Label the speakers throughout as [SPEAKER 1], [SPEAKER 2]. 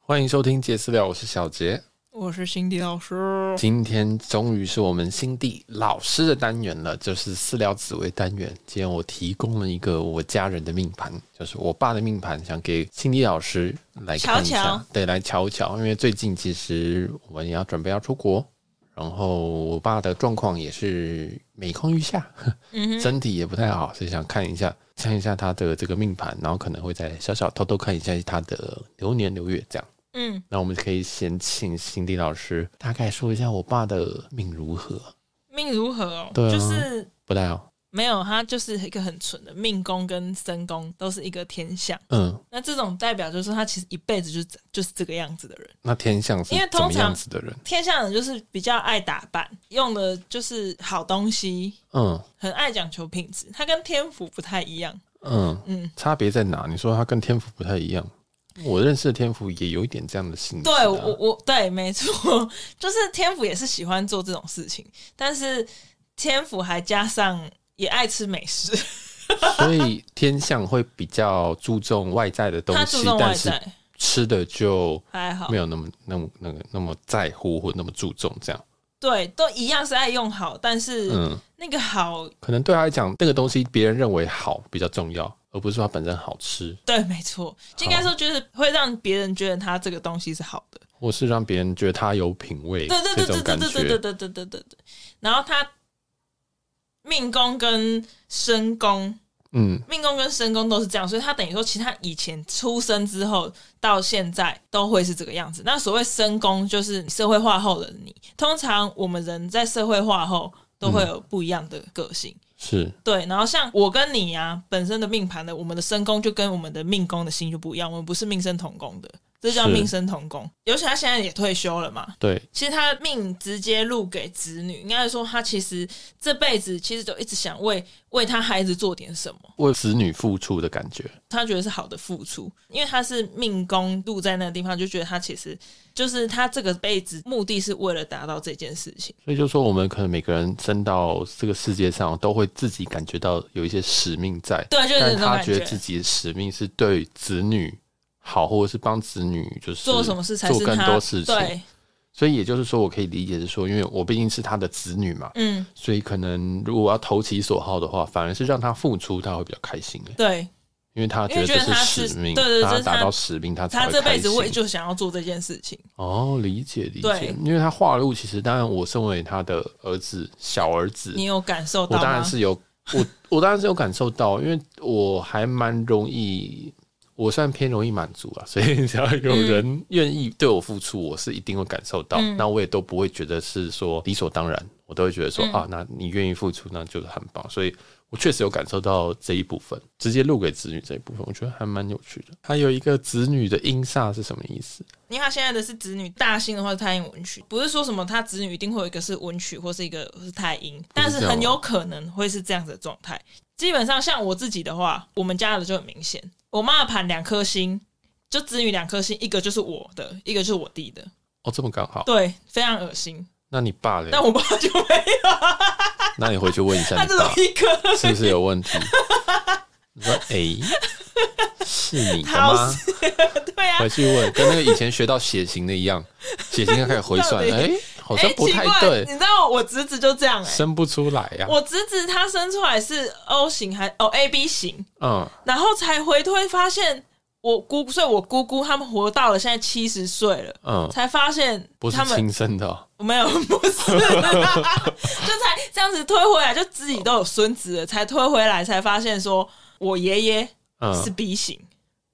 [SPEAKER 1] 欢迎收听杰私聊，我是小杰。
[SPEAKER 2] 我是辛迪老师，
[SPEAKER 1] 今天终于是我们新地老师的单元了，就是私聊紫薇单元。今天我提供了一个我家人的命盘，就是我爸的命盘，想给新地老师来看一下，
[SPEAKER 2] 瞧瞧
[SPEAKER 1] 对，来瞧一瞧。因为最近其实我们也要准备要出国，然后我爸的状况也是每况愈下，
[SPEAKER 2] 嗯哼，
[SPEAKER 1] 身体也不太好，所以想看一下看一下他的这个命盘，然后可能会再小小偷偷看一下他的流年流月这样。
[SPEAKER 2] 嗯，
[SPEAKER 1] 那我们可以先请辛迪老师大概说一下我爸的命如何？
[SPEAKER 2] 命如何哦？
[SPEAKER 1] 对啊
[SPEAKER 2] 就是
[SPEAKER 1] 不哦太好。
[SPEAKER 2] 没有他就是一个很蠢的命宫跟身宫都是一个天象，
[SPEAKER 1] 嗯，
[SPEAKER 2] 那这种代表就是他其实一辈子就是这就是这个样子的人。
[SPEAKER 1] 那天象是
[SPEAKER 2] 因为
[SPEAKER 1] 怎
[SPEAKER 2] 通
[SPEAKER 1] 么
[SPEAKER 2] 常
[SPEAKER 1] 样子的人？
[SPEAKER 2] 天象人就是比较爱打扮，用的就是好东西，
[SPEAKER 1] 嗯
[SPEAKER 2] 很爱讲求品质。他跟天府不太一样，
[SPEAKER 1] 嗯，
[SPEAKER 2] 嗯，
[SPEAKER 1] 差别在哪？你说他跟天赋不太一样，我认识的天赋也有一点这样的性质、啊。
[SPEAKER 2] 对我我对没错， 就是天府也是喜欢做这种事情，但是天府还加上也爱吃美食，
[SPEAKER 1] 所以天象会比较注重外在的东
[SPEAKER 2] 他注
[SPEAKER 1] 西，
[SPEAKER 2] 重外
[SPEAKER 1] 但是
[SPEAKER 2] 在。
[SPEAKER 1] 吃的就
[SPEAKER 2] 还好
[SPEAKER 1] 没，有那么那么那个那么在乎或那么注重这样。
[SPEAKER 2] 对，都一样是爱用好，但是
[SPEAKER 1] 嗯，
[SPEAKER 2] 那个好，
[SPEAKER 1] 可能对他来讲，那个东西别人认为好比较重要，而不是说它本身好吃。
[SPEAKER 2] 对，没错，就应该说就是会让别人觉得他这个东西是好的，
[SPEAKER 1] 或是让别人觉得他有品味，
[SPEAKER 2] 对
[SPEAKER 1] 这
[SPEAKER 2] 对对
[SPEAKER 1] 种
[SPEAKER 2] 对
[SPEAKER 1] 感
[SPEAKER 2] 对对对对
[SPEAKER 1] 觉。
[SPEAKER 2] 对对对对对。然后他命宫跟身宫，
[SPEAKER 1] 嗯，
[SPEAKER 2] 命宫跟身宫都是这样，所以他等于说，其实他以前出生之后到现在都会是这个样子。那所谓身宫，就是你社会化后的你。通常我们人在社会化后都会有不一样的个性。
[SPEAKER 1] 是，
[SPEAKER 2] 对，然后像我跟你啊，本身的命盘的，我们的身宫就跟我们的命宫的星就不一样，我们不是命生同宫的，这叫
[SPEAKER 1] 是
[SPEAKER 2] 命生同宫。尤其他现在也退休了嘛，
[SPEAKER 1] 对，
[SPEAKER 2] 其实他的命直接录给子女，应该说他其实这辈子其实都一直想为为他孩子做点什么，
[SPEAKER 1] 为子女付出的感觉。
[SPEAKER 2] 他觉得是好的付出，因为他是命宫录在那个地方，就觉得他其实就是他这个辈子目的是为了达到这件事情。
[SPEAKER 1] 所以就说，我们可能每个人生到这个世界上，都会自己感觉到有一些使命在，
[SPEAKER 2] 对，啊就是
[SPEAKER 1] 但
[SPEAKER 2] 那
[SPEAKER 1] 是
[SPEAKER 2] 种
[SPEAKER 1] 他
[SPEAKER 2] 感
[SPEAKER 1] 觉得自己的使命是对子女好，或者是帮子女就是
[SPEAKER 2] 做什么事才
[SPEAKER 1] 做
[SPEAKER 2] 是
[SPEAKER 1] 更
[SPEAKER 2] 他
[SPEAKER 1] 多事情。
[SPEAKER 2] 对，
[SPEAKER 1] 所以也就是说，我可以理解是说，因为我毕竟是他的子女嘛，
[SPEAKER 2] 嗯，
[SPEAKER 1] 所以可能如果要投其所好的话，反而是让他付出，他会比较开心。
[SPEAKER 2] 对，
[SPEAKER 1] 因为他觉得这是使命，
[SPEAKER 2] 因为觉得他是对对
[SPEAKER 1] 他
[SPEAKER 2] 这是他
[SPEAKER 1] 达到使命，他才
[SPEAKER 2] 他
[SPEAKER 1] 会
[SPEAKER 2] 这
[SPEAKER 1] 开
[SPEAKER 2] 辈子
[SPEAKER 1] 心。
[SPEAKER 2] 为就想要做这件事情，
[SPEAKER 1] 哦，理解理解
[SPEAKER 2] 对，
[SPEAKER 1] 因为他化入，其实当然我身为他的儿子，小儿子，
[SPEAKER 2] 你有感受
[SPEAKER 1] 我
[SPEAKER 2] 到
[SPEAKER 1] 当然
[SPEAKER 2] 吗？
[SPEAKER 1] 是有，我我当然是有感受到，因为我还蛮容易，我算偏容易满足啊，所以 只要有人愿意对我付出，我是一定会感受到，
[SPEAKER 2] 嗯
[SPEAKER 1] 那我也都不会觉得是说理所当然，我都会觉得说、
[SPEAKER 2] 嗯
[SPEAKER 1] 啊，那你愿意付出，那就是很棒，所以。我确实有感受到这一部分，直接录给子女这一部分，我觉得还蛮有趣的。还有一个子女的阴煞是什么意思？
[SPEAKER 2] 因为他现在的是子女大兴的话是太阴文曲，不是说什么他子女一定会有一个是文曲或是一个是太阴，但是很有
[SPEAKER 1] 哦
[SPEAKER 2] 可能会是这样子的状态。基本上像我自己的话，我们家的就很明显，我妈的盘两颗星，就子女两颗星，一个就是我的，一个就是我弟的，
[SPEAKER 1] 哦，这么刚好。
[SPEAKER 2] 对，非常恶心。
[SPEAKER 1] 那你爸嘞？
[SPEAKER 2] 但我爸就没有，
[SPEAKER 1] 那你回去问一 下
[SPEAKER 2] 他
[SPEAKER 1] 你
[SPEAKER 2] 只有
[SPEAKER 1] 爸，
[SPEAKER 2] 一颗。
[SPEAKER 1] 是不是有问 题？你说诶，是你的
[SPEAKER 2] 好
[SPEAKER 1] 吗？
[SPEAKER 2] 对啊
[SPEAKER 1] 回，去问，跟那个以前学到血型的一样，血型开始 回算，
[SPEAKER 2] 到底
[SPEAKER 1] 诶，好
[SPEAKER 2] 哎、
[SPEAKER 1] 像不
[SPEAKER 2] 奇
[SPEAKER 1] 太
[SPEAKER 2] 怪，
[SPEAKER 1] 对
[SPEAKER 2] 你，知道我侄子就这样哎、
[SPEAKER 1] 生不出来呀、
[SPEAKER 2] 我侄子他生出来是 O 型还哦 A B 型，
[SPEAKER 1] 嗯，
[SPEAKER 2] 然后才回推发现我姑，所以我姑姑他们活到了现在七十岁了，
[SPEAKER 1] 嗯
[SPEAKER 2] 才发现
[SPEAKER 1] 不是
[SPEAKER 2] 他们
[SPEAKER 1] 亲生的哦、
[SPEAKER 2] 没有 不是，就才这样子推回来，就自己都有孙子了，才推回来才发现说我爷爷是
[SPEAKER 1] 嗯，
[SPEAKER 2] B 型，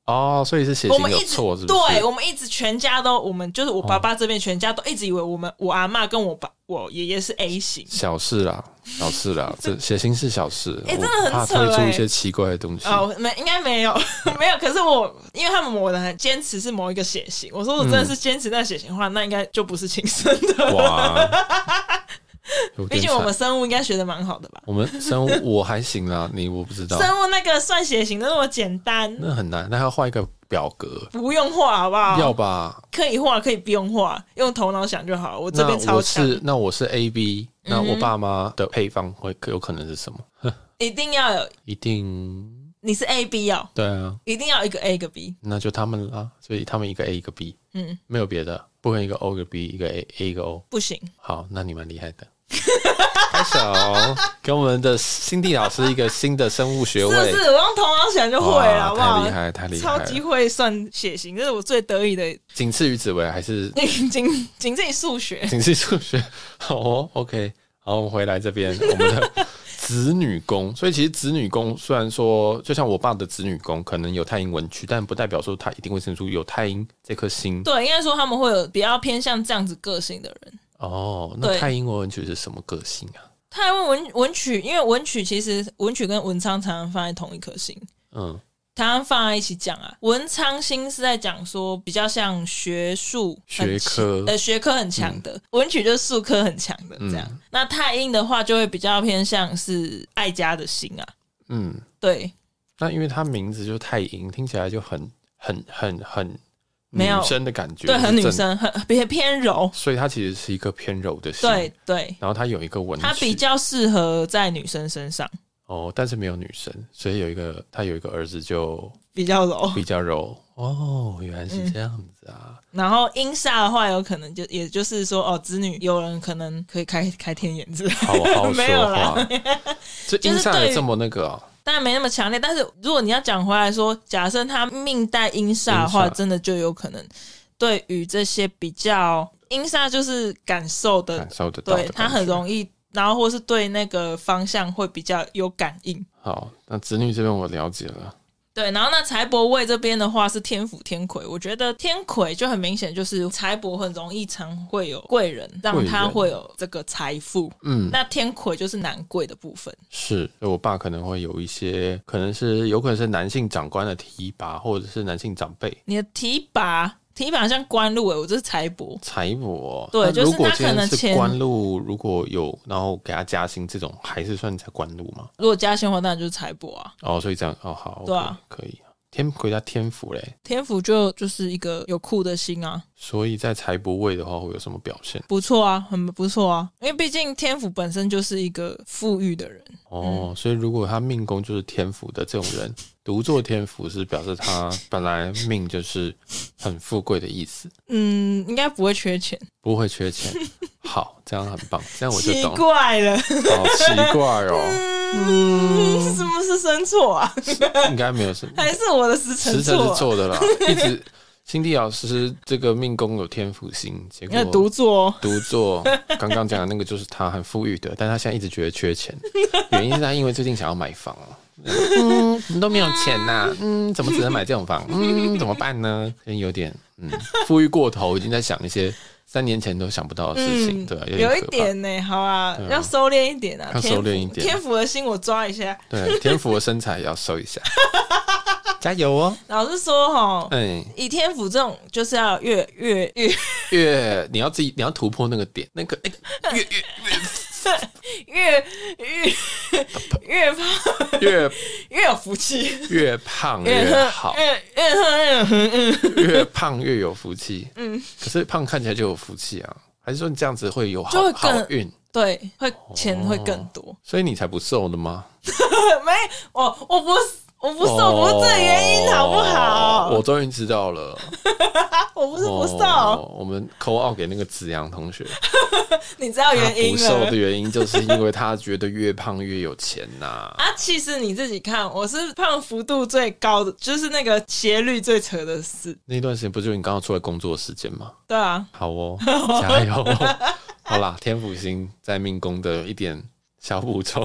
[SPEAKER 1] 哦，所以是血
[SPEAKER 2] 我
[SPEAKER 1] 型
[SPEAKER 2] 们
[SPEAKER 1] 有
[SPEAKER 2] 一直
[SPEAKER 1] 错，是不是？
[SPEAKER 2] 对，我们一直全家都我们就是我爸爸这边全家都一直以为我们我阿嬷跟我爸我爷爷是 A 型，
[SPEAKER 1] 小事啦，小事啦，这血型是小事，
[SPEAKER 2] 哎真的
[SPEAKER 1] 我
[SPEAKER 2] 很
[SPEAKER 1] 怕
[SPEAKER 2] 扯
[SPEAKER 1] 推出
[SPEAKER 2] 哎
[SPEAKER 1] 一些奇怪的东西。
[SPEAKER 2] 哦，没，应该没有， 没有。可是我，因为他们我的很坚持是某一个血型，我说我真的是坚持那血型的话，那应该就不是亲生的。
[SPEAKER 1] 嗯 哇，有
[SPEAKER 2] 毕
[SPEAKER 1] 点
[SPEAKER 2] 竟
[SPEAKER 1] 惨。
[SPEAKER 2] 我们生物应该学的蛮好的吧？
[SPEAKER 1] 我们生物我还行啦，你我不知道，
[SPEAKER 2] 生物那个算血型的那么简单，
[SPEAKER 1] 那很难，那要画一个表格，
[SPEAKER 2] 不用画好不
[SPEAKER 1] 要
[SPEAKER 2] 好？
[SPEAKER 1] 吧？
[SPEAKER 2] 可以画，可以不用画，用头脑想就好了。我这
[SPEAKER 1] 那
[SPEAKER 2] 边超
[SPEAKER 1] 我
[SPEAKER 2] 强，嗯
[SPEAKER 1] 是那我是 A B，那我爸妈的配方会有可能是什么？
[SPEAKER 2] 一定要有。
[SPEAKER 1] 一定
[SPEAKER 2] 你是 A B 哦，
[SPEAKER 1] 对啊，
[SPEAKER 2] 一定要一个 A 一个 B。
[SPEAKER 1] 那就他们啦，所以他们一个 A 一个 B，
[SPEAKER 2] 嗯，
[SPEAKER 1] 没有别的，不可能一个 O 一个 B，一个 A A 一个 O。
[SPEAKER 2] 不行，
[SPEAKER 1] 好，那你蛮厉害的。拍手，给我们的辛蒂老师一个新的生物学
[SPEAKER 2] 是
[SPEAKER 1] 位，
[SPEAKER 2] 不是？我用头脑想就会
[SPEAKER 1] 哇
[SPEAKER 2] 了，好不好？
[SPEAKER 1] 太厉害，太厉害
[SPEAKER 2] 超级
[SPEAKER 1] 了，
[SPEAKER 2] 会算血型，这是我最得意的，
[SPEAKER 1] 仅次于紫薇，还是
[SPEAKER 2] 仅仅次于数学。
[SPEAKER 1] 仅次于数学。 好哦，OK，好，我们回来这边， 我们的子女宫。所以其实子女宫虽然说，就像我爸的子女宫可能有太阴文曲，但不代表说他一定会生出有太阴这颗星。
[SPEAKER 2] 对，应该说他们会有比较偏向这样子个性的人。
[SPEAKER 1] 哦，那
[SPEAKER 2] 对
[SPEAKER 1] 太阴文曲是什么个性啊？
[SPEAKER 2] 他还问文文曲，因为文曲其实文曲跟文昌常常放在同一颗星，
[SPEAKER 1] 嗯，
[SPEAKER 2] 常常放在一起讲啊。文昌星是在讲说比较像学术很
[SPEAKER 1] 学科嗯
[SPEAKER 2] 呃学科很强的，文曲就是术科很强的这样。那太阴的话就会比较偏向是爱家的心啊，
[SPEAKER 1] 嗯，
[SPEAKER 2] 对，
[SPEAKER 1] 那因为他名字就太阴，听起来就很很很很
[SPEAKER 2] 没
[SPEAKER 1] 女
[SPEAKER 2] 有
[SPEAKER 1] 生的感觉，
[SPEAKER 2] 对，很女
[SPEAKER 1] 正，
[SPEAKER 2] 生，很偏偏柔，
[SPEAKER 1] 所以它其实是一个偏柔的星。
[SPEAKER 2] 对对，
[SPEAKER 1] 然后它有一个文曲，
[SPEAKER 2] 它比较适合在女生身上，
[SPEAKER 1] 哦，但是没有女生，所以有一个他有一个儿子就
[SPEAKER 2] 比较柔。
[SPEAKER 1] 比较柔。哦，原来
[SPEAKER 2] 嗯
[SPEAKER 1] 是这样子啊！
[SPEAKER 2] 然后阴煞的话，有可能就也就是说，哦，子女有人可能可以开开天眼之类的，
[SPEAKER 1] 好好
[SPEAKER 2] 没有
[SPEAKER 1] 说
[SPEAKER 2] 啦
[SPEAKER 1] 话，这
[SPEAKER 2] 就是
[SPEAKER 1] 阴煞
[SPEAKER 2] 对于
[SPEAKER 1] 有这么那个、哦，
[SPEAKER 2] 当然没那么强烈。但是如果你要讲回来说，假设他命带阴煞的话，
[SPEAKER 1] 阴煞
[SPEAKER 2] 真的就有可能对于这些比较阴煞就是感受的
[SPEAKER 1] 感，受得到的
[SPEAKER 2] 呃对
[SPEAKER 1] 感觉。
[SPEAKER 2] 他很容易，然后或是对那个方向会比较有感应。
[SPEAKER 1] 好。那子女这边我了解了，
[SPEAKER 2] 对，然后那财帛位这边的话是天府天魁，我觉得天魁就很明显就是财帛很容易常会有贵人，让他会有这个财富。
[SPEAKER 1] 嗯，
[SPEAKER 2] 那天魁就是男贵的部分，
[SPEAKER 1] 是，所以我爸可能会有一些，可能是有可能是男性长官的提拔，或者是男性长辈
[SPEAKER 2] 你的提拔提拔像官禄诶，欸我这是财帛，
[SPEAKER 1] 财帛。
[SPEAKER 2] 对
[SPEAKER 1] 那
[SPEAKER 2] 就
[SPEAKER 1] 如
[SPEAKER 2] 是
[SPEAKER 1] 果
[SPEAKER 2] 他
[SPEAKER 1] 今
[SPEAKER 2] 可
[SPEAKER 1] 天
[SPEAKER 2] 能
[SPEAKER 1] 是
[SPEAKER 2] 前
[SPEAKER 1] 官禄，如果有然后给他加薪，这种还是算在官禄吗？
[SPEAKER 2] 如果加鲜花当然就是财帛啊，
[SPEAKER 1] 哦，所以这样哦，好，
[SPEAKER 2] 对啊
[SPEAKER 1] OK，可以。天回家天府嘞，
[SPEAKER 2] 天府就就是一个有酷的心啊，
[SPEAKER 1] 所以在财帛位的话会有什么表现？
[SPEAKER 2] 不错啊，很不错啊，因为毕竟天府本身就是一个富裕的人，
[SPEAKER 1] 哦，所以如果他命宫就是天府的这种人， 独坐天府是表示他本来命就是很富贵的意思，
[SPEAKER 2] 嗯，应该不会缺钱，
[SPEAKER 1] 不会缺 钱。好，这样很棒，这样我就
[SPEAKER 2] 奇
[SPEAKER 1] 懂。
[SPEAKER 2] 怪了，
[SPEAKER 1] 好奇怪哦，
[SPEAKER 2] 嗯， 是不是生错啊？
[SPEAKER 1] 应该没有什么
[SPEAKER 2] 还是我的时
[SPEAKER 1] 时辰
[SPEAKER 2] 辰错
[SPEAKER 1] 是
[SPEAKER 2] 啊？
[SPEAKER 1] 错的啦，一直。 辛蒂老师这个命宫有天府星，结
[SPEAKER 2] 要
[SPEAKER 1] 果
[SPEAKER 2] 独坐哦，
[SPEAKER 1] 独坐，刚刚讲的那个就是他很富裕的，但他现在一直觉得缺钱，原因是他因为最近想要买房了。嗯，我们都没有钱呐、嗯，怎么只能买这种房？嗯，怎么办呢？有点，嗯，富裕过头，已经在想一些三年前都想不到的事情，对、啊，有
[SPEAKER 2] 嗯有一
[SPEAKER 1] 可怕，
[SPEAKER 2] 点呢，好啊
[SPEAKER 1] 对，啊
[SPEAKER 2] 要收敛一点啊，
[SPEAKER 1] 要
[SPEAKER 2] 天
[SPEAKER 1] 收
[SPEAKER 2] 府
[SPEAKER 1] 敛一点
[SPEAKER 2] 天府的心我抓一下。
[SPEAKER 1] 对，天府的身材也要收一下，加油哦，
[SPEAKER 2] 老实说哈，
[SPEAKER 1] 哎，
[SPEAKER 2] 以天府这种就是要越越越
[SPEAKER 1] 越你要自己，你要突破那个点，那个，哎、
[SPEAKER 2] 越越越胖
[SPEAKER 1] 越
[SPEAKER 2] 越有福气，
[SPEAKER 1] 越胖
[SPEAKER 2] 越
[SPEAKER 1] 越好，
[SPEAKER 2] 越越喝越哼嗯
[SPEAKER 1] 越胖越有福气。嗯，可是胖看起来就有福气啊，还是说你这样子会有
[SPEAKER 2] 就
[SPEAKER 1] 好
[SPEAKER 2] 会
[SPEAKER 1] 好
[SPEAKER 2] 更
[SPEAKER 1] 运？
[SPEAKER 2] 对，会钱会
[SPEAKER 1] 哦
[SPEAKER 2] 更多。
[SPEAKER 1] 所以你才不瘦的吗？
[SPEAKER 2] 没，我我不是我不瘦，不是这个原因，好不好？
[SPEAKER 1] 哦
[SPEAKER 2] 啊
[SPEAKER 1] 我终于知道了，
[SPEAKER 2] 我不是不瘦，
[SPEAKER 1] 哦我们扣奥给那个子阳同 学，
[SPEAKER 2] 你知道
[SPEAKER 1] 他
[SPEAKER 2] 原因
[SPEAKER 1] 不瘦
[SPEAKER 2] 了
[SPEAKER 1] 的。原因就是因为他觉得越胖越有钱呐、
[SPEAKER 2] 啊，其实你自己看，我是胖幅度最高的，就是那个斜率最扯的事，
[SPEAKER 1] 那段时间不就是你刚好出来工作的时间吗？
[SPEAKER 2] 对啊，
[SPEAKER 1] 好 哦，加油！哦好啦，天府星在命宫的一点小补 充，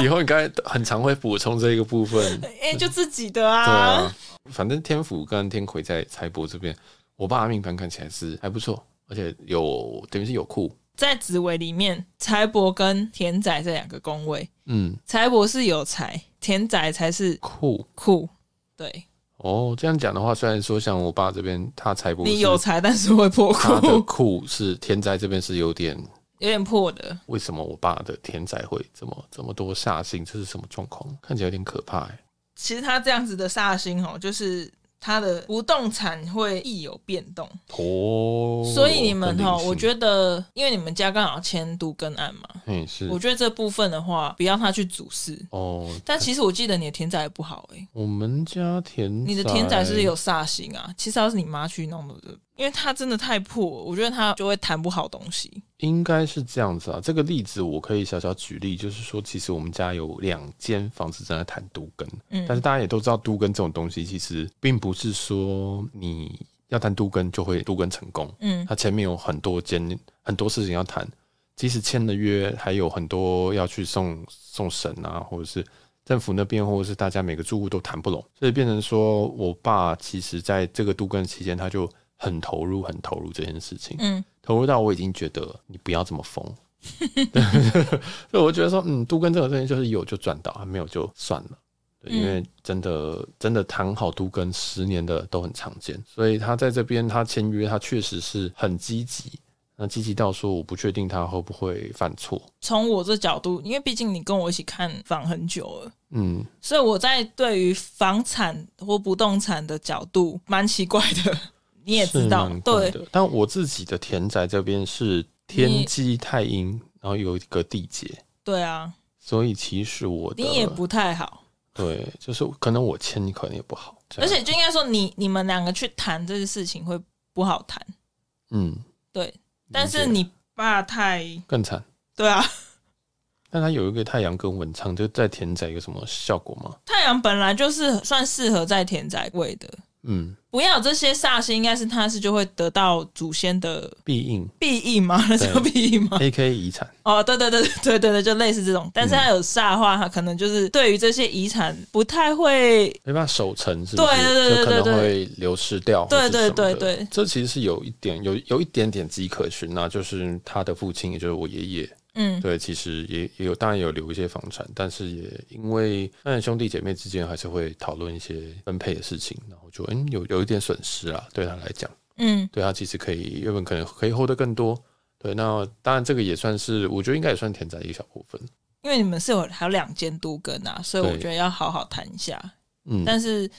[SPEAKER 1] 以后应该很常会补充这个部分。
[SPEAKER 2] 哎、就自己的
[SPEAKER 1] 对
[SPEAKER 2] 啊
[SPEAKER 1] 啊，，反正天府跟天魁在财帛这边，我爸的命盘看起来是还不错，而且有等于是有库，
[SPEAKER 2] 在紫薇里面，财帛跟田宅这两个宫位，
[SPEAKER 1] 嗯，
[SPEAKER 2] 财帛是有财，田宅才是
[SPEAKER 1] 库
[SPEAKER 2] 库。对
[SPEAKER 1] 哦。这样讲的话，虽然说像我爸这边他财帛
[SPEAKER 2] 你
[SPEAKER 1] 是
[SPEAKER 2] 有财，但是会破
[SPEAKER 1] 他的
[SPEAKER 2] 库，
[SPEAKER 1] 库是天灾这边是有点，
[SPEAKER 2] 有点破的。
[SPEAKER 1] 为什么我爸的天灾会这么这么多煞星？这是什么状况？看起来有点可怕、欸。
[SPEAKER 2] 其实他这样子的煞星哦，就是它的不动产会易有变动。
[SPEAKER 1] 哦，
[SPEAKER 2] 所以你们哈，
[SPEAKER 1] 很灵
[SPEAKER 2] 我
[SPEAKER 1] 性
[SPEAKER 2] 觉得，因为你们家刚好签都跟案嘛，
[SPEAKER 1] 嗯是
[SPEAKER 2] 我觉得这部分的话，不要他去主事。
[SPEAKER 1] 哦，
[SPEAKER 2] 但其实我记得你的田仔也不好哎、
[SPEAKER 1] 我们家田
[SPEAKER 2] 你的田仔是有煞星啊。其实要是你妈去弄的，因为他真的太破了，我觉得他就会谈不好东西。
[SPEAKER 1] 应该是这样子啊。这个例子我可以小小举例，就是说，其实我们家有两间房子正在谈都跟，
[SPEAKER 2] 嗯
[SPEAKER 1] 但是大家也都知道，都跟这种东西其实并不是说你要谈都跟就会都跟成功，
[SPEAKER 2] 嗯
[SPEAKER 1] 它前面有很多间很多事情要谈，即使签了约，还有很多要去送送审啊，或者是政府那边，或者是大家每个住户都谈不拢，所以变成说我爸其实在这个都更期间，他就很投入，很投入这件事情，
[SPEAKER 2] 嗯，
[SPEAKER 1] 投入到我已经觉得你不要这么疯。 所以我觉得说，嗯，都跟这种东西就是有就赚到，啊没有就算了。对，因
[SPEAKER 2] 嗯
[SPEAKER 1] 为真的真的谈好都跟十年的都很常见，所以他在这边他签约，他确实是很积极，那积极到说我不确定他会不会犯错。
[SPEAKER 2] 从我这角度，因为毕竟你跟我一起看房很久了。
[SPEAKER 1] 嗯，
[SPEAKER 2] 所以我在对于房产或不动产的角度蛮奇怪的， 你也知道
[SPEAKER 1] 是蛮，怪
[SPEAKER 2] 对，
[SPEAKER 1] 的。但我自己的田宅这边是天机太阴，然后有一个地劫，
[SPEAKER 2] 对啊，
[SPEAKER 1] 所以其实我的
[SPEAKER 2] 你也不太好，
[SPEAKER 1] 对，就是可能我签可能也不好，这
[SPEAKER 2] 而
[SPEAKER 1] 样
[SPEAKER 2] 且就应该说你你们两个去谈这个事情会不好谈，
[SPEAKER 1] 嗯，
[SPEAKER 2] 对，但
[SPEAKER 1] 理
[SPEAKER 2] 是
[SPEAKER 1] 解
[SPEAKER 2] 你爸太
[SPEAKER 1] 更惨。
[SPEAKER 2] 对啊，
[SPEAKER 1] 但他有一个太阳跟文昌，就在田宅有什么效果吗？
[SPEAKER 2] 太阳本来就是算适合在田宅位的，
[SPEAKER 1] 嗯，
[SPEAKER 2] 不要有这些煞星，应该是他是就会得到祖先的
[SPEAKER 1] 必应
[SPEAKER 2] 庇荫吗？那叫
[SPEAKER 1] 对嗯
[SPEAKER 2] 庇荫吗？
[SPEAKER 1] A K 遗产。
[SPEAKER 2] 哦，对对对对对对对，就类似这种，但是他有煞的话，他可能就是对于这些遗产不太会
[SPEAKER 1] 没办法守成，是不是？
[SPEAKER 2] 对对对对
[SPEAKER 1] 就可能会流失掉。
[SPEAKER 2] 对
[SPEAKER 1] 或是什么的
[SPEAKER 2] 对对对
[SPEAKER 1] 这其实是有一点有有一点点迹可循啊，就是他的父亲，也就是我爷爷，
[SPEAKER 2] 嗯，
[SPEAKER 1] 对，其实也也有，当然有留一些房产，但是也因为当然兄弟姐妹之间还是会讨论一些分配的事情，然后就嗯有有一点损失啦，对他来讲。
[SPEAKER 2] 嗯
[SPEAKER 1] 对他其实可以原本可能可以 hold 得更多。对，那当然这个也算是，我觉得应该也算田宅一小部分。，
[SPEAKER 2] 因为你们是有还有两间都跟啊，所以我觉得要好好谈一下，
[SPEAKER 1] 嗯，
[SPEAKER 2] 但是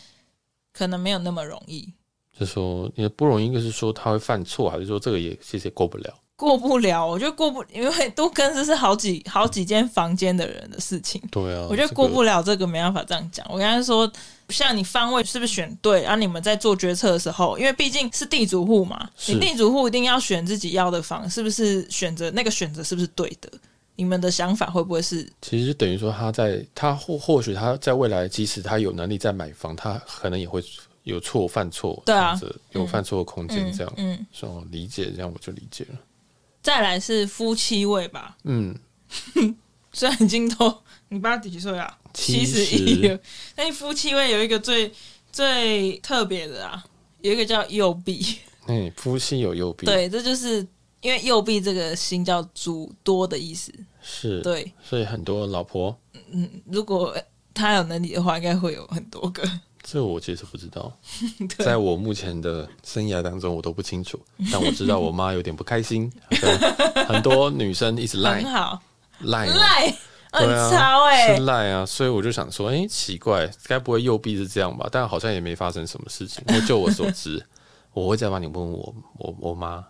[SPEAKER 2] 可能没有那么容易，
[SPEAKER 1] 就说你的不容易，就是说他会犯错，还啊是说这个也其实也过不了？
[SPEAKER 2] 过不了，我觉得过不，因为都跟这是好几好几间房间的人的事情。
[SPEAKER 1] 对啊，
[SPEAKER 2] 我觉得过不
[SPEAKER 1] 了。
[SPEAKER 2] 哦了这个没办法这样讲。我跟他说，像你方位是不是选对，啊然、后你们在做决策的时候，因为毕竟是地主户嘛，
[SPEAKER 1] 是
[SPEAKER 2] 你地主户一定要选自己要的房，是不是选择那个选择是不是对的？你们的想法会不会是
[SPEAKER 1] 其实就等于说他在他或或许他在未来，即使他有能力再买房，他可能也会有错犯错，
[SPEAKER 2] 对啊
[SPEAKER 1] 这样子有犯错的空间，这样，
[SPEAKER 2] 嗯嗯，
[SPEAKER 1] 所以我理解，这样我就理解了。
[SPEAKER 2] 再来是夫妻位吧？
[SPEAKER 1] 嗯，
[SPEAKER 2] 虽然已经都你爸几岁啊？
[SPEAKER 1] 七十
[SPEAKER 2] 十一了。但是夫妻位有一个最最特别的啊，有一个叫右臂。
[SPEAKER 1] 哎、夫妻有右臂，，
[SPEAKER 2] 对，这就是因为右臂这个星叫诸多的意思。
[SPEAKER 1] 是，，
[SPEAKER 2] 对，
[SPEAKER 1] 所以很多老婆，
[SPEAKER 2] 如果他有能力的话，应该会有很多个。
[SPEAKER 1] 这我其实不知道，
[SPEAKER 2] 对
[SPEAKER 1] 在我目前的生涯当中，我都不清楚，但我知道我妈有点不开心，她 跟很多女生一直赖
[SPEAKER 2] 很好，
[SPEAKER 1] 赖嘛
[SPEAKER 2] 赖很
[SPEAKER 1] 对啊
[SPEAKER 2] 潮哎、
[SPEAKER 1] 是赖啊，所以我就想说，哎、奇怪，该不会右臂是这样吧？但好像也没发生什么事情，就我所知，我会再帮你问我我我妈。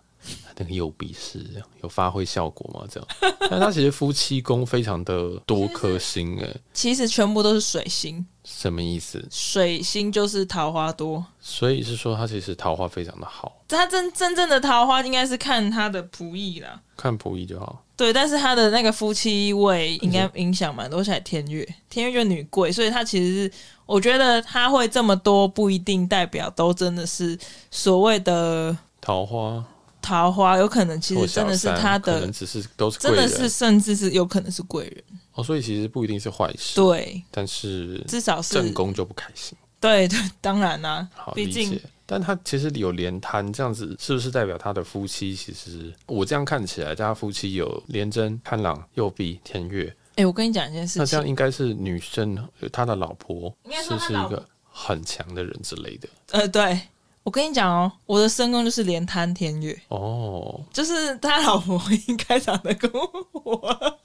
[SPEAKER 1] 那个右臂是有发挥效果吗？这样，但她其实夫妻宫非常的多颗星、诶，
[SPEAKER 2] 其实全部都是水星，
[SPEAKER 1] 什么意思？
[SPEAKER 2] 水星就是桃花多。
[SPEAKER 1] 所以是说她其实桃花非常的好，
[SPEAKER 2] 他真真正的桃花应该是看他的仆役啦。
[SPEAKER 1] 看仆役就好。
[SPEAKER 2] 对，但是他的那个夫妻位应该影响蛮多，而且还天月，天月就是女贵，所以他其实是我觉得他会这么多，不一定代表都真的是所谓的
[SPEAKER 1] 桃花
[SPEAKER 2] 桃花，有可能其
[SPEAKER 1] 或
[SPEAKER 2] 实
[SPEAKER 1] 小
[SPEAKER 2] 真的是
[SPEAKER 1] 三
[SPEAKER 2] 他
[SPEAKER 1] 可
[SPEAKER 2] 的
[SPEAKER 1] 能，只是都是贵
[SPEAKER 2] 真
[SPEAKER 1] 人
[SPEAKER 2] 的是甚至是有可能是贵人，
[SPEAKER 1] 哦，所以其实不一定是坏事，
[SPEAKER 2] 对，
[SPEAKER 1] 但是
[SPEAKER 2] 至少是
[SPEAKER 1] 正宫就不开心，
[SPEAKER 2] 对对，当然啦、
[SPEAKER 1] 好
[SPEAKER 2] 毕
[SPEAKER 1] 理
[SPEAKER 2] 竟
[SPEAKER 1] 解。但他其实有连摊这样子，是不是代表他的夫妻？其实我这样看起来，他夫妻有连贞、潘郎、右弼、天月，
[SPEAKER 2] 哎、我跟你讲一件事
[SPEAKER 1] 那这样
[SPEAKER 2] 情，
[SPEAKER 1] 应该是女生他的老婆
[SPEAKER 2] 应该
[SPEAKER 1] 是
[SPEAKER 2] 说
[SPEAKER 1] 不
[SPEAKER 2] 他
[SPEAKER 1] 是
[SPEAKER 2] 老
[SPEAKER 1] 一
[SPEAKER 2] 婆
[SPEAKER 1] 个很强的人之类的？
[SPEAKER 2] 呃，对我跟你讲哦，我的身宫就是连贪天月，
[SPEAKER 1] 哦，
[SPEAKER 2] 就是他老婆应该长得跟我。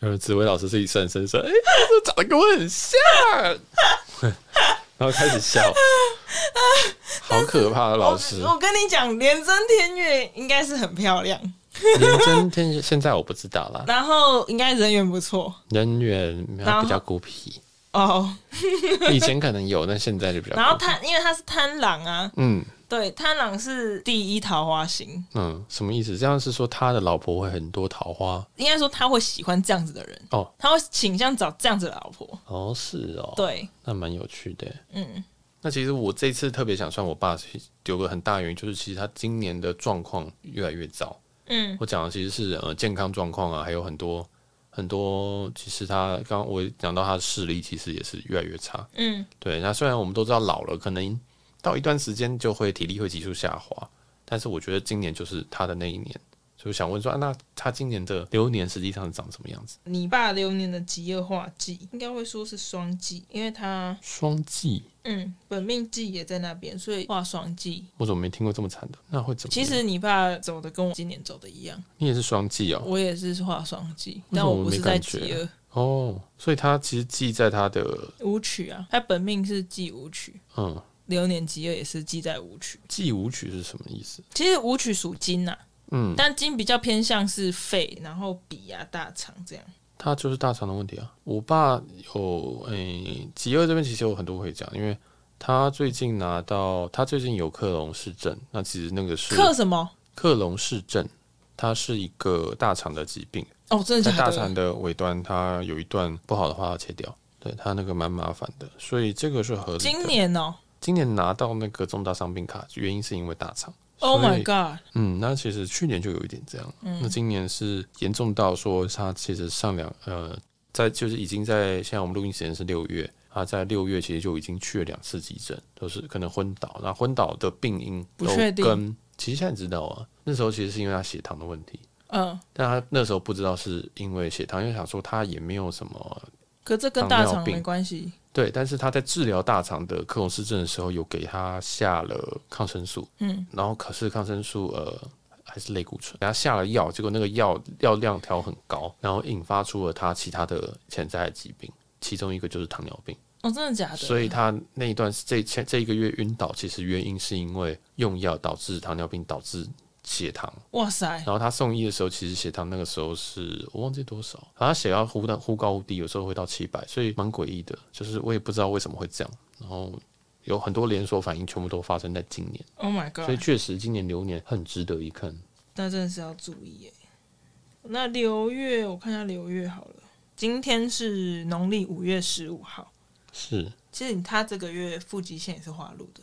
[SPEAKER 1] 呃，紫薇老师自己算身说，哎、他怎么长得跟我很像？ 然后开始 笑，好可怕的老师。
[SPEAKER 2] 我我跟你讲，连真天月应该是很漂亮，
[SPEAKER 1] 林真天蝎现在我不知道啦，
[SPEAKER 2] 然后应该人缘不错
[SPEAKER 1] 人缘
[SPEAKER 2] 然后
[SPEAKER 1] 比较孤 僻，
[SPEAKER 2] 哦。
[SPEAKER 1] 以前可能有，但现在就比较孤僻。
[SPEAKER 2] 然后贪，因为他是贪狼啊，
[SPEAKER 1] 嗯
[SPEAKER 2] 对，贪狼是第一桃花星，
[SPEAKER 1] 嗯，什么意思？这样是说他的老婆会很多桃花
[SPEAKER 2] 应该说他会喜欢这样子的人，
[SPEAKER 1] 哦？
[SPEAKER 2] 他会倾向找这样子的老婆。
[SPEAKER 1] 哦，是哦，，
[SPEAKER 2] 对，
[SPEAKER 1] 那蛮有趣的。
[SPEAKER 2] 嗯，
[SPEAKER 1] 那其实我这次特别想算我爸有个很大原因，就是其实他今年的状况越来越糟。
[SPEAKER 2] 嗯，
[SPEAKER 1] 我讲的其实是呃健康状况啊，还有很多很多，其实他刚刚我也讲到他的视力其实也是越来越差。
[SPEAKER 2] 嗯，
[SPEAKER 1] 对，那虽然我们都知道老了，可能到一段时间就会体力会急速下滑，但是我觉得今年就是他的那一年，所以我想问说，啊、那他今年的流年实际上是长什么样子？
[SPEAKER 2] 你爸流年的极恶化忌，应该会说是双忌，因为他
[SPEAKER 1] 双季，
[SPEAKER 2] 嗯本命忌也在那边，所以化双忌。
[SPEAKER 1] 我怎么没听过这么惨的？那会怎么
[SPEAKER 2] 其
[SPEAKER 1] 样？
[SPEAKER 2] 实你爸走的跟我今年走的一样，
[SPEAKER 1] 你也是双季哦，
[SPEAKER 2] 我也是化双忌，
[SPEAKER 1] 为什
[SPEAKER 2] 但
[SPEAKER 1] 么
[SPEAKER 2] 我不是在
[SPEAKER 1] 没感觉啊
[SPEAKER 2] 极恶
[SPEAKER 1] 哦，所以他其实记在他的
[SPEAKER 2] 舞曲啊，他本命是忌舞曲，
[SPEAKER 1] 嗯
[SPEAKER 2] 流年极恶也是忌在舞曲。
[SPEAKER 1] 记舞曲是什么意思？
[SPEAKER 2] 其实舞曲属金呐、
[SPEAKER 1] 嗯，
[SPEAKER 2] 但金比较偏向是肺，然后鼻啊、大肠这样。
[SPEAKER 1] 他就是大肠的问题啊。我爸有诶，吉二这边其实有很多可以讲，因为他最近拿到他最近有克隆氏症，那其实那个是
[SPEAKER 2] 克什么？
[SPEAKER 1] 克隆氏症，它是一个大肠的疾病，
[SPEAKER 2] 哦，真
[SPEAKER 1] 在
[SPEAKER 2] 的假
[SPEAKER 1] 大肠
[SPEAKER 2] 的？
[SPEAKER 1] 的尾端，它有一段不好的话要切掉，对它那个蛮麻烦的，所以这个是合理的。
[SPEAKER 2] 今年哦
[SPEAKER 1] 今年拿到那个重大伤病卡，原因是因为大肠。
[SPEAKER 2] ，Oh
[SPEAKER 1] 所以
[SPEAKER 2] my god！
[SPEAKER 1] 嗯，那其实去年就有一点这样，
[SPEAKER 2] 嗯
[SPEAKER 1] 那今年是严重到说他其实上两呃，在就是已经在现在我们录音时间是六月，他在六月其实就已经去了两次急诊，都是可能昏倒，那昏倒的病因
[SPEAKER 2] 不
[SPEAKER 1] 都
[SPEAKER 2] 确定
[SPEAKER 1] 跟其实现在知道啊，那时候其实是因为他血糖的问题，
[SPEAKER 2] 嗯，
[SPEAKER 1] 但他那时候不知道是因为血糖，因为想说他也没有什么
[SPEAKER 2] 可这跟大
[SPEAKER 1] 糖
[SPEAKER 2] 肠
[SPEAKER 1] 尿病
[SPEAKER 2] 没关系。
[SPEAKER 1] 对，但是他在治疗大肠的克隆氏症的时候，有给他下了抗生素，
[SPEAKER 2] 嗯，
[SPEAKER 1] 然后可是抗生素呃还是类固醇，给他下了药，结果那个药药量调很高，然后引发出了他其他的潜在的疾病，其中一个就是糖尿病，
[SPEAKER 2] 哦，真的假的？
[SPEAKER 1] 所以他那一段这前这一个月晕倒，其实原因是因为用药导致糖尿病导致血糖。
[SPEAKER 2] 哇塞，
[SPEAKER 1] 然后他送医的时候，其实血糖那个时候是我忘记多少，反正血压忽大忽高忽低，有时候会到七百，所以蛮诡异的。就是我也不知道为什么会这样，然后有很多连锁反应全部都发生在今年，
[SPEAKER 2] ！Oh my
[SPEAKER 1] 所以
[SPEAKER 2] god！
[SPEAKER 1] 确实今年流年很值得一看。
[SPEAKER 2] 那真的是要注意耶。那流月，我看一下流月好了。今天是农历五月十五号。
[SPEAKER 1] 是
[SPEAKER 2] 其实他这个月腹肌线也是花露的，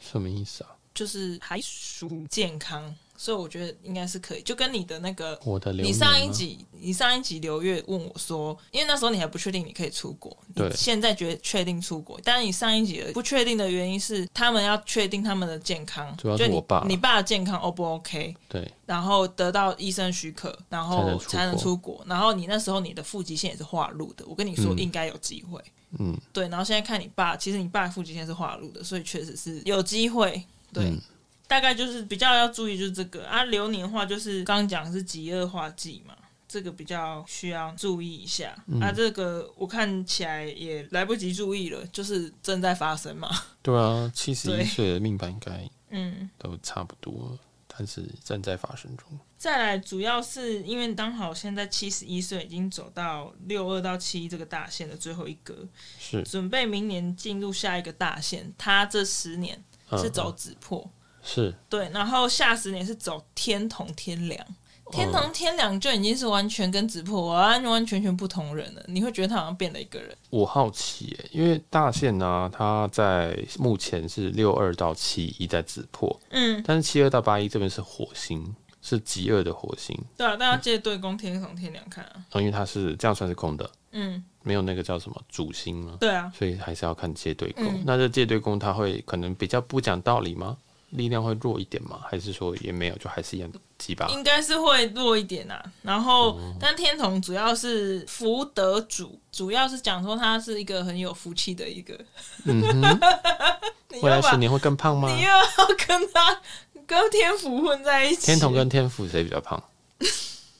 [SPEAKER 1] 什么意思啊？
[SPEAKER 2] 就是还属健康，所以我觉得应该是可以。就跟你的那个
[SPEAKER 1] 我的流
[SPEAKER 2] 你
[SPEAKER 1] 年
[SPEAKER 2] 上一
[SPEAKER 1] 吗
[SPEAKER 2] 集，你上一集刘月问我说，因为那时候你还不确定你可以出国，
[SPEAKER 1] 对
[SPEAKER 2] 你现在决确定出国，但是你上一集的不确定的原因是他们要确定他们的健康，
[SPEAKER 1] 主要是
[SPEAKER 2] 就你
[SPEAKER 1] 我爸
[SPEAKER 2] 你爸的健康 O 不 OK，
[SPEAKER 1] 对
[SPEAKER 2] 然后得到医生许可，然
[SPEAKER 1] 才能出
[SPEAKER 2] 后
[SPEAKER 1] 国
[SPEAKER 2] 才能出国，然后你那时候你的腹肌线也是化路的，我跟你说
[SPEAKER 1] 嗯
[SPEAKER 2] 应该有机会，
[SPEAKER 1] 嗯
[SPEAKER 2] 对，然后现在看你爸，其实你爸的腹肌线是化路的，所以确实是有机会，对。
[SPEAKER 1] 嗯
[SPEAKER 2] 大概就是比较要注意就是这个啊，流年化就是刚刚讲的是极恶化忌嘛，这个比较需要注意一下、
[SPEAKER 1] 嗯
[SPEAKER 2] 啊。这个我看起来也来不及注意了，就是正在发生嘛。
[SPEAKER 1] 对啊，七十一
[SPEAKER 2] 对
[SPEAKER 1] 岁的命盘应该
[SPEAKER 2] 嗯，
[SPEAKER 1] 都差不多了，但是正在发生中。
[SPEAKER 2] 再来主要是因为刚好现在七十一岁，已经走到六二到七这个大限的最后一格，
[SPEAKER 1] 是
[SPEAKER 2] 准备明年进入下一个大限。他这十年是
[SPEAKER 1] 嗯
[SPEAKER 2] 走子破。
[SPEAKER 1] 是
[SPEAKER 2] 对，然后下十年是走天同天梁，
[SPEAKER 1] 嗯
[SPEAKER 2] 天同天梁就已经是完全跟直破完完全全不同人了，你会觉得他好像变了一个人。
[SPEAKER 1] 我好奇耶、因为大限呢、它在目前是六二到七一在子破，
[SPEAKER 2] 嗯，
[SPEAKER 1] 但是七二到八一这边是火星，是极恶的火星，
[SPEAKER 2] 对啊，大家记得对宫天同天梁看啊。
[SPEAKER 1] 啊，因为它是这样算是空的，
[SPEAKER 2] 嗯，
[SPEAKER 1] 没有那个叫什么主星吗？
[SPEAKER 2] 对啊，
[SPEAKER 1] 所以还是要看借对宫。
[SPEAKER 2] 嗯
[SPEAKER 1] 那这借对宫它会可能比较不讲道理吗？力量会弱一点吗？还是说也没有，就还是一样鸡巴？
[SPEAKER 2] 应该是会弱一点啊。然后，
[SPEAKER 1] 嗯
[SPEAKER 2] 但天同主要是福德主，主要是讲说他是一个很有福气的一个。
[SPEAKER 1] 嗯哼，
[SPEAKER 2] 你
[SPEAKER 1] 未来
[SPEAKER 2] 要把
[SPEAKER 1] 十年会更胖吗？
[SPEAKER 2] 你又要跟他跟天府混在一起，
[SPEAKER 1] 天同跟天府谁比较胖？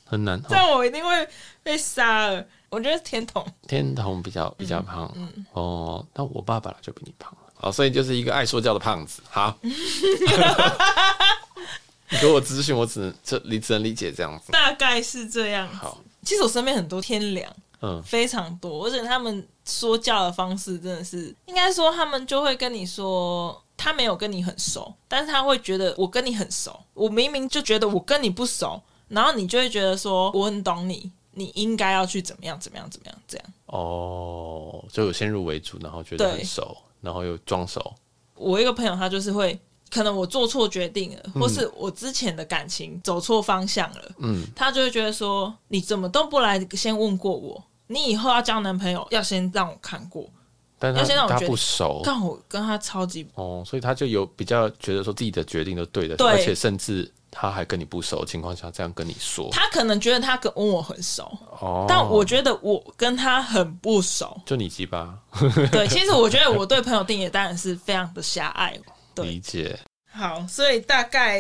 [SPEAKER 1] 很难哦，
[SPEAKER 2] 这样我一定会被杀了。我觉得是天同。嗯
[SPEAKER 1] 天同比较比较胖、哦。那我爸本来就比你胖了，哦，所以就是一个爱说教的胖子。好， 你给我资讯，我只能这理只能理解这样子。
[SPEAKER 2] 大概是这样子
[SPEAKER 1] 好。
[SPEAKER 2] 其实我身边很多天凉，
[SPEAKER 1] 嗯，
[SPEAKER 2] 非常多，而且他们说教的方式真的是，应该说他们就会跟你说。他没有跟你很熟，但是他会觉得我跟你很熟。我明明就觉得我跟你不熟，然后你就会觉得说我很懂你，你应该要去怎么样怎么样怎么样这样。
[SPEAKER 1] 哦，就有先入为主，然后觉得
[SPEAKER 2] 对
[SPEAKER 1] 很熟，然后又装熟。
[SPEAKER 2] 我一个朋友，他就是会，可能我做错决定了，或是我之前的感情走错方向了，
[SPEAKER 1] 嗯，
[SPEAKER 2] 他就会觉得说，你怎么都不来先问过我，你以后要交男朋友要先让我看过，
[SPEAKER 1] 但他
[SPEAKER 2] 要先让我
[SPEAKER 1] 他
[SPEAKER 2] 决定
[SPEAKER 1] 不熟
[SPEAKER 2] 但我跟他超级
[SPEAKER 1] 哦，所以他就有比较觉得说自己的决定都对的，
[SPEAKER 2] 对
[SPEAKER 1] 而且甚至他还跟你不熟的情况下这样跟你说。
[SPEAKER 2] 他可能觉得他跟我很熟，
[SPEAKER 1] 哦，
[SPEAKER 2] 但我觉得我跟他很
[SPEAKER 1] 。
[SPEAKER 2] 不熟
[SPEAKER 1] 就你鸡巴
[SPEAKER 2] 对，其实我觉得我对朋友定义当然是非常的狭隘。对
[SPEAKER 1] 理解
[SPEAKER 2] 好，所以大概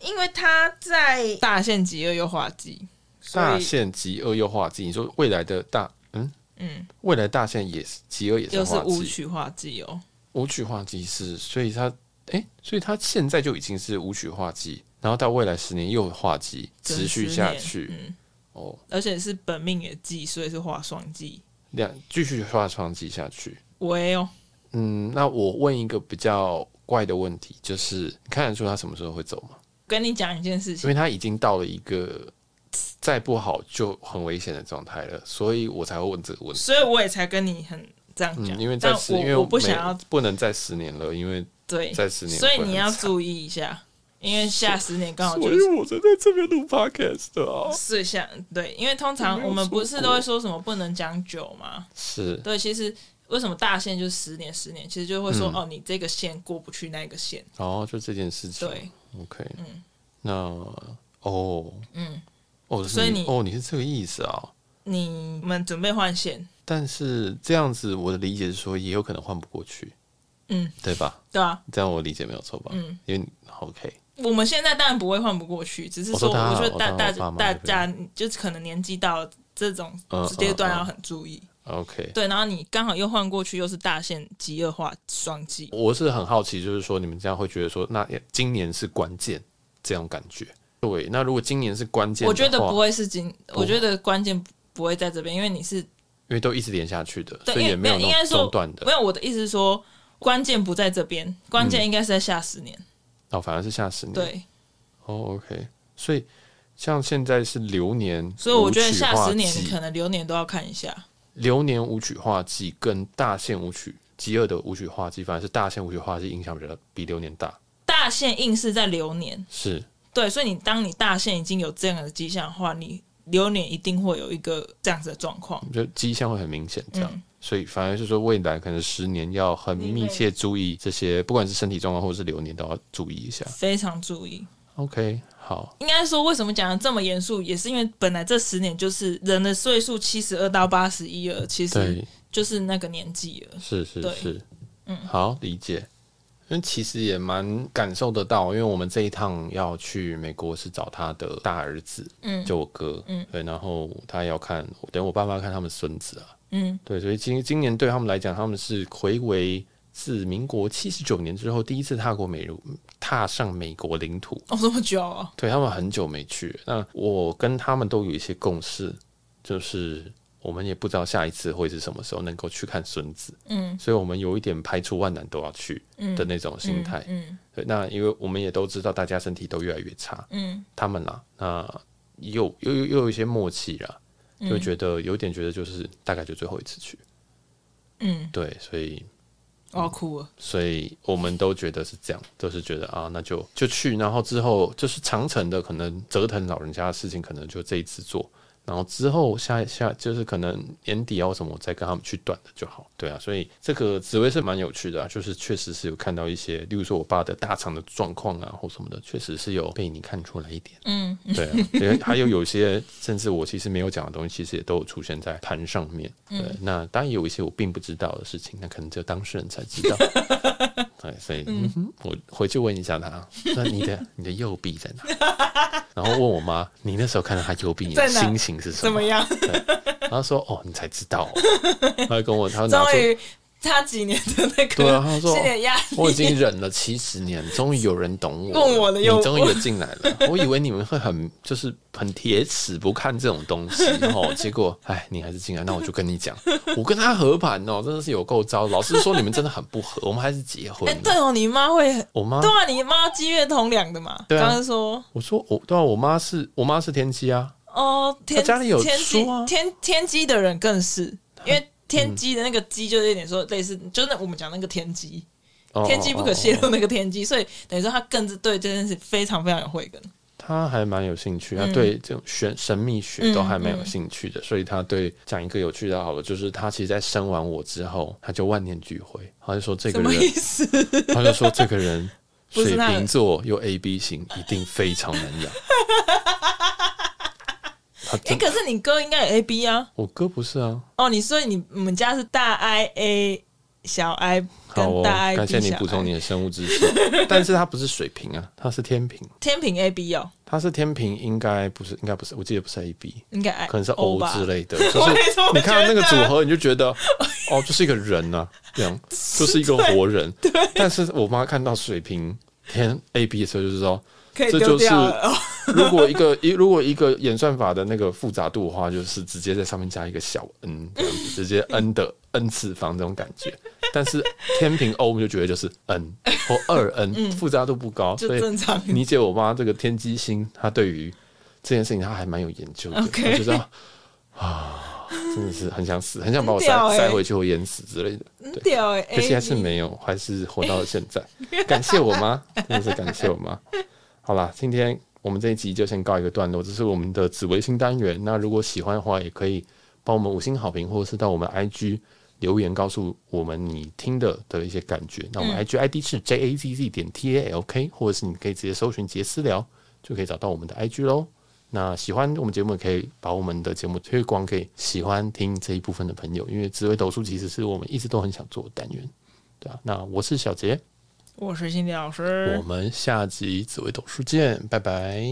[SPEAKER 2] 因为他在大县极恶又化忌，
[SPEAKER 1] 大
[SPEAKER 2] 所以
[SPEAKER 1] 限极恶又化忌。你说未来的大嗯
[SPEAKER 2] 嗯，
[SPEAKER 1] 未来大限也是极恶也
[SPEAKER 2] 又
[SPEAKER 1] 是
[SPEAKER 2] 是
[SPEAKER 1] 化
[SPEAKER 2] 舞
[SPEAKER 1] 忌，
[SPEAKER 2] 曲化忌哦。
[SPEAKER 1] 舞曲化忌是，所以他哎、所以他现在就已经是舞曲化忌，然后到未来十年又化忌，
[SPEAKER 2] 整
[SPEAKER 1] 持续
[SPEAKER 2] 十
[SPEAKER 1] 下
[SPEAKER 2] 年
[SPEAKER 1] 去、
[SPEAKER 2] 嗯，
[SPEAKER 1] 哦，
[SPEAKER 2] 而且是本命也忌，所以是化双忌。
[SPEAKER 1] 两继续化创忌下去。
[SPEAKER 2] 喂哦，
[SPEAKER 1] 嗯，那我问一个比较怪的问题，就是你看得出他什么时候会走吗？
[SPEAKER 2] 跟你讲一件事
[SPEAKER 1] 因
[SPEAKER 2] 情，
[SPEAKER 1] 为他已经到了一个再不好就很危险的状态了，所以我才会问这个问题。
[SPEAKER 2] 所以我也才跟你很这样讲、
[SPEAKER 1] 嗯，因为
[SPEAKER 2] 但
[SPEAKER 1] 在十，因为
[SPEAKER 2] 我我不
[SPEAKER 1] 没
[SPEAKER 2] 想要
[SPEAKER 1] 不能再十年了，因为
[SPEAKER 2] 对，
[SPEAKER 1] 再十年
[SPEAKER 2] 所以
[SPEAKER 1] 会
[SPEAKER 2] 你
[SPEAKER 1] 很
[SPEAKER 2] 要
[SPEAKER 1] 惨
[SPEAKER 2] 注意一下，因为下十年刚好就
[SPEAKER 1] 所
[SPEAKER 2] 是
[SPEAKER 1] 以我才在这边录 podcast 的啊。
[SPEAKER 2] 是像对，因为通
[SPEAKER 1] 我
[SPEAKER 2] 常
[SPEAKER 1] 没有
[SPEAKER 2] 我们不
[SPEAKER 1] 出
[SPEAKER 2] 是
[SPEAKER 1] 国
[SPEAKER 2] 都会说什么不能讲久嘛？
[SPEAKER 1] 是，
[SPEAKER 2] 对，其实为什么大限就是十年，十年其实就会说、
[SPEAKER 1] 嗯
[SPEAKER 2] 哦，你这个线过不去那个线。
[SPEAKER 1] 然后就这件事情。
[SPEAKER 2] 对，
[SPEAKER 1] ，OK，
[SPEAKER 2] 嗯
[SPEAKER 1] 那哦，
[SPEAKER 2] 嗯，
[SPEAKER 1] 哦，
[SPEAKER 2] 所以
[SPEAKER 1] 你
[SPEAKER 2] 你
[SPEAKER 1] 哦，你是这个意思啊？
[SPEAKER 2] 你们准备换线，
[SPEAKER 1] 但是这样子，我的理解是说，也有可能换不过去，
[SPEAKER 2] 嗯，
[SPEAKER 1] 对吧？
[SPEAKER 2] 对啊，
[SPEAKER 1] 这样我理解没有错吧？
[SPEAKER 2] 嗯，
[SPEAKER 1] 因为你 OK，
[SPEAKER 2] 我们现在当然不会换不过去，只是
[SPEAKER 1] 我
[SPEAKER 2] 说
[SPEAKER 1] 说
[SPEAKER 2] 我
[SPEAKER 1] 他
[SPEAKER 2] 觉得
[SPEAKER 1] 我
[SPEAKER 2] 大
[SPEAKER 1] 当
[SPEAKER 2] 大
[SPEAKER 1] 我爸妈
[SPEAKER 2] 大
[SPEAKER 1] 这
[SPEAKER 2] 家就是可能年纪到这种
[SPEAKER 1] 嗯
[SPEAKER 2] 阶
[SPEAKER 1] 嗯
[SPEAKER 2] 段
[SPEAKER 1] 嗯
[SPEAKER 2] 要很注意。
[SPEAKER 1] OK，
[SPEAKER 2] 对，然后你刚好又换过去，又是大线极恶化双击，
[SPEAKER 1] 我是很好奇，就是说你们这样会觉得说，那今年是关键这种感觉。对，那如果今年是关键，
[SPEAKER 2] 我觉得不
[SPEAKER 1] 会，
[SPEAKER 2] 会是今，我觉得关键不会在这边，因为你是
[SPEAKER 1] 因为都一直连下去的，
[SPEAKER 2] 对
[SPEAKER 1] 所以
[SPEAKER 2] 因为
[SPEAKER 1] 也没有
[SPEAKER 2] 没有应
[SPEAKER 1] 那
[SPEAKER 2] 该
[SPEAKER 1] 种
[SPEAKER 2] 说
[SPEAKER 1] 中断的嗯
[SPEAKER 2] 没。有我的意思是说，关键不在这边，关键应该是在下十年。
[SPEAKER 1] 哦，反而是下十年。，
[SPEAKER 2] 对，
[SPEAKER 1] 哦，OK，所以像现在是流年，
[SPEAKER 2] 所以我觉得
[SPEAKER 1] 舞曲
[SPEAKER 2] 下
[SPEAKER 1] 化
[SPEAKER 2] 十年
[SPEAKER 1] 忌
[SPEAKER 2] 可能流年都要看一下。
[SPEAKER 1] 流年舞曲化忌跟大限舞曲极恶的舞曲化忌，反而是大限舞曲化忌影响比较比流年大。
[SPEAKER 2] 大限硬是在流年，
[SPEAKER 1] 是，
[SPEAKER 2] 对，所以你当你大限已经有这样的迹象的话，你流年一定会有一个这样子的状况。
[SPEAKER 1] 就迹象会很明显，这样。
[SPEAKER 2] 嗯
[SPEAKER 1] 所以反而是说，未来可能十年要很密切注意这些，不管是身体状况或者是流年，都要注意一下。
[SPEAKER 2] 非常注意，
[SPEAKER 1] OK，好，
[SPEAKER 2] 应该说为什么讲的这么严肃，也是因为本来这十年就是人的岁数七十二到八十一了，其实
[SPEAKER 1] 对，
[SPEAKER 2] 就是那个年纪了。
[SPEAKER 1] 是是
[SPEAKER 2] 对
[SPEAKER 1] 是，
[SPEAKER 2] 嗯
[SPEAKER 1] 好理解。因为其实也蛮感受得到，因为我们这一趟要去美国是找他的大儿子，
[SPEAKER 2] 嗯
[SPEAKER 1] 就我哥，
[SPEAKER 2] 嗯
[SPEAKER 1] 对，然后他要看，等我爸妈看他们孙子啊，
[SPEAKER 2] 嗯，
[SPEAKER 1] 对，所以今今年对他们来讲，他们是回为自民国七十九年之后第一次踏过美如踏上美国领土，
[SPEAKER 2] 哦，这么久啊，
[SPEAKER 1] 对他们很久没去。那我跟他们都有一些共识，就是我们也不知道下一次会是什么时候能够去看孙子，
[SPEAKER 2] 嗯
[SPEAKER 1] 所以我们有一点排除万难都要去
[SPEAKER 2] 嗯
[SPEAKER 1] 的那种心态。
[SPEAKER 2] 嗯
[SPEAKER 1] 对，那因为我们也都知道大家身体都越来越差，
[SPEAKER 2] 嗯
[SPEAKER 1] 他们啦，那又又又又有一些默契啦，
[SPEAKER 2] 嗯
[SPEAKER 1] 就觉得有点觉得就是大概就最后一次去，
[SPEAKER 2] 嗯，
[SPEAKER 1] 对，所以
[SPEAKER 2] 我要哭了。
[SPEAKER 1] 所以我们都觉得是这样，都是觉得啊，那就就去，然后之后就是长城的可能折腾老人家的事情，可能就这一次做，然后之后下下就是可能年底啊或什么，我再跟他们去短的就好。对啊，所以这个职位是蛮有趣的啊，就是确实是有看到一些，例如说我爸的大肠的状况啊或什么的，确实是有被你看出来一点。
[SPEAKER 2] 嗯，
[SPEAKER 1] 对啊，也还有有些甚至我其实没有讲的东西，其实也都有出现在盘上面。对，
[SPEAKER 2] 嗯
[SPEAKER 1] 那当然也有一些我并不知道的事情，那可能只有当事人才 知道。对，所以、嗯哼、我回去问一下他，那你的你的右臂在哪？ 然后问我妈，你那时候看到他右臂，你的
[SPEAKER 2] 在哪
[SPEAKER 1] 心情是什
[SPEAKER 2] 怎么样？
[SPEAKER 1] 然后说哦，你才知道、哦。他就跟我，他就拿
[SPEAKER 2] 终
[SPEAKER 1] 出
[SPEAKER 2] 于他几年的
[SPEAKER 1] 对
[SPEAKER 2] 那个
[SPEAKER 1] 啊，他 说
[SPEAKER 2] 心理压
[SPEAKER 1] 我已
[SPEAKER 2] 力。
[SPEAKER 1] 经忍了七十年，终于有人懂我了，
[SPEAKER 2] 懂我了又
[SPEAKER 1] 你终于也进来了。 我以为你们会很就是很铁齿不看这种东西 哦，结果哎，你还是进来，那我就跟你讲， 我跟他和盘哦，真的是有够糟。老师说你们真的很不合，我 们还是结婚
[SPEAKER 2] 哎、
[SPEAKER 1] 了。
[SPEAKER 2] 对哦，你妈会，
[SPEAKER 1] 我妈
[SPEAKER 2] 对啊，你妈积月同两的嘛？
[SPEAKER 1] 对啊
[SPEAKER 2] 刚刚说
[SPEAKER 1] 我说我对啊，我妈是我妈是天机啊，
[SPEAKER 2] 哦，天
[SPEAKER 1] 家里有
[SPEAKER 2] 天机
[SPEAKER 1] 书啊嗯
[SPEAKER 2] 天天机的人更是，因为天机的那个机就是有点说类似，就是那我们讲那个天机，
[SPEAKER 1] 哦
[SPEAKER 2] 天机不可泄
[SPEAKER 1] 哦哦
[SPEAKER 2] 露那个天机，所以等于说他更是对这件事非常非常有慧根。
[SPEAKER 1] 她还蛮有兴趣，她
[SPEAKER 2] 嗯
[SPEAKER 1] 对这种玄神秘学都
[SPEAKER 2] 嗯
[SPEAKER 1] 还蛮有
[SPEAKER 2] 嗯
[SPEAKER 1] 兴趣的，所以她对讲一个有趣的好了，就是她其实，在生完我之后，她就万念俱灰，她就说这
[SPEAKER 2] 什
[SPEAKER 1] 个
[SPEAKER 2] 么
[SPEAKER 1] 人
[SPEAKER 2] 意思？
[SPEAKER 1] 他就说这个人
[SPEAKER 2] 不
[SPEAKER 1] 水
[SPEAKER 2] 是他的
[SPEAKER 1] 瓶座又 A B 型，一定非常难 养。他
[SPEAKER 2] 哎、
[SPEAKER 1] 真
[SPEAKER 2] 可是你哥应该有 A B 啊？
[SPEAKER 1] 我哥不是啊，
[SPEAKER 2] 哦，你所以你你们家是大 I A 小 I
[SPEAKER 1] 好
[SPEAKER 2] 跟
[SPEAKER 1] 哦，
[SPEAKER 2] 大 I B 小 I，
[SPEAKER 1] 感谢你补充你的生物知识，但是他不是水瓶啊，他是天平，
[SPEAKER 2] 天平 A B 哦，
[SPEAKER 1] 他是天平，应该不是，应该不是，我记得不是 A B，
[SPEAKER 2] 应该 I
[SPEAKER 1] 可能是 O 之
[SPEAKER 2] 类。
[SPEAKER 1] 类 的，
[SPEAKER 2] 我
[SPEAKER 1] 就
[SPEAKER 2] 也
[SPEAKER 1] 是
[SPEAKER 2] 这么
[SPEAKER 1] 你看到那个
[SPEAKER 2] 觉得
[SPEAKER 1] 组合，你就觉得哦，就是一个人啊，这 样就是一个活人。但是我妈看到水瓶天 A B 的时候，就是说
[SPEAKER 2] 可以
[SPEAKER 1] 这
[SPEAKER 2] 丢
[SPEAKER 1] 就是
[SPEAKER 2] 掉了哦
[SPEAKER 1] 如果一个一如果一个演算法的那个复杂度的话，就是直接在上面加一个小 n，这样子直接 n 的 n 次方这种感觉。但是天平 O 我们就觉得就是 n 或二 n，复杂度不高，
[SPEAKER 2] 嗯就
[SPEAKER 1] 所以
[SPEAKER 2] 正常
[SPEAKER 1] 理解我妈这个天机星，她对于这件事情她还蛮有研究的，我
[SPEAKER 2] OK
[SPEAKER 1] 觉得啊，真的是很想死，很想把我塞
[SPEAKER 2] 很屌欸
[SPEAKER 1] 塞回去或淹死之类的。
[SPEAKER 2] 很
[SPEAKER 1] 对，
[SPEAKER 2] 屌哎、欸，
[SPEAKER 1] 可惜还是没有，还是活到了现在。感谢我妈，真的是感谢我妈。好啦，今天我们这一集就先告一个段落，这是我们的紫微星单元。那如果喜欢的话，也可以帮我们五星好评，或者是到我们 IG 留言告诉我们你听的的一些感觉。那我们 IG ID 是 JAZZ 点 TALK，或者是你可以直接搜寻杰私聊，就可以找到我们的 IG 喽。那喜欢我们节目，可以把我们的节目推广给喜欢听这一部分的朋友，因为紫微斗数其实是我们一直都很想做的单元，对啊，那我是小杰，
[SPEAKER 2] 我是心理老师，
[SPEAKER 1] 我们下集紫微斗数见，拜拜。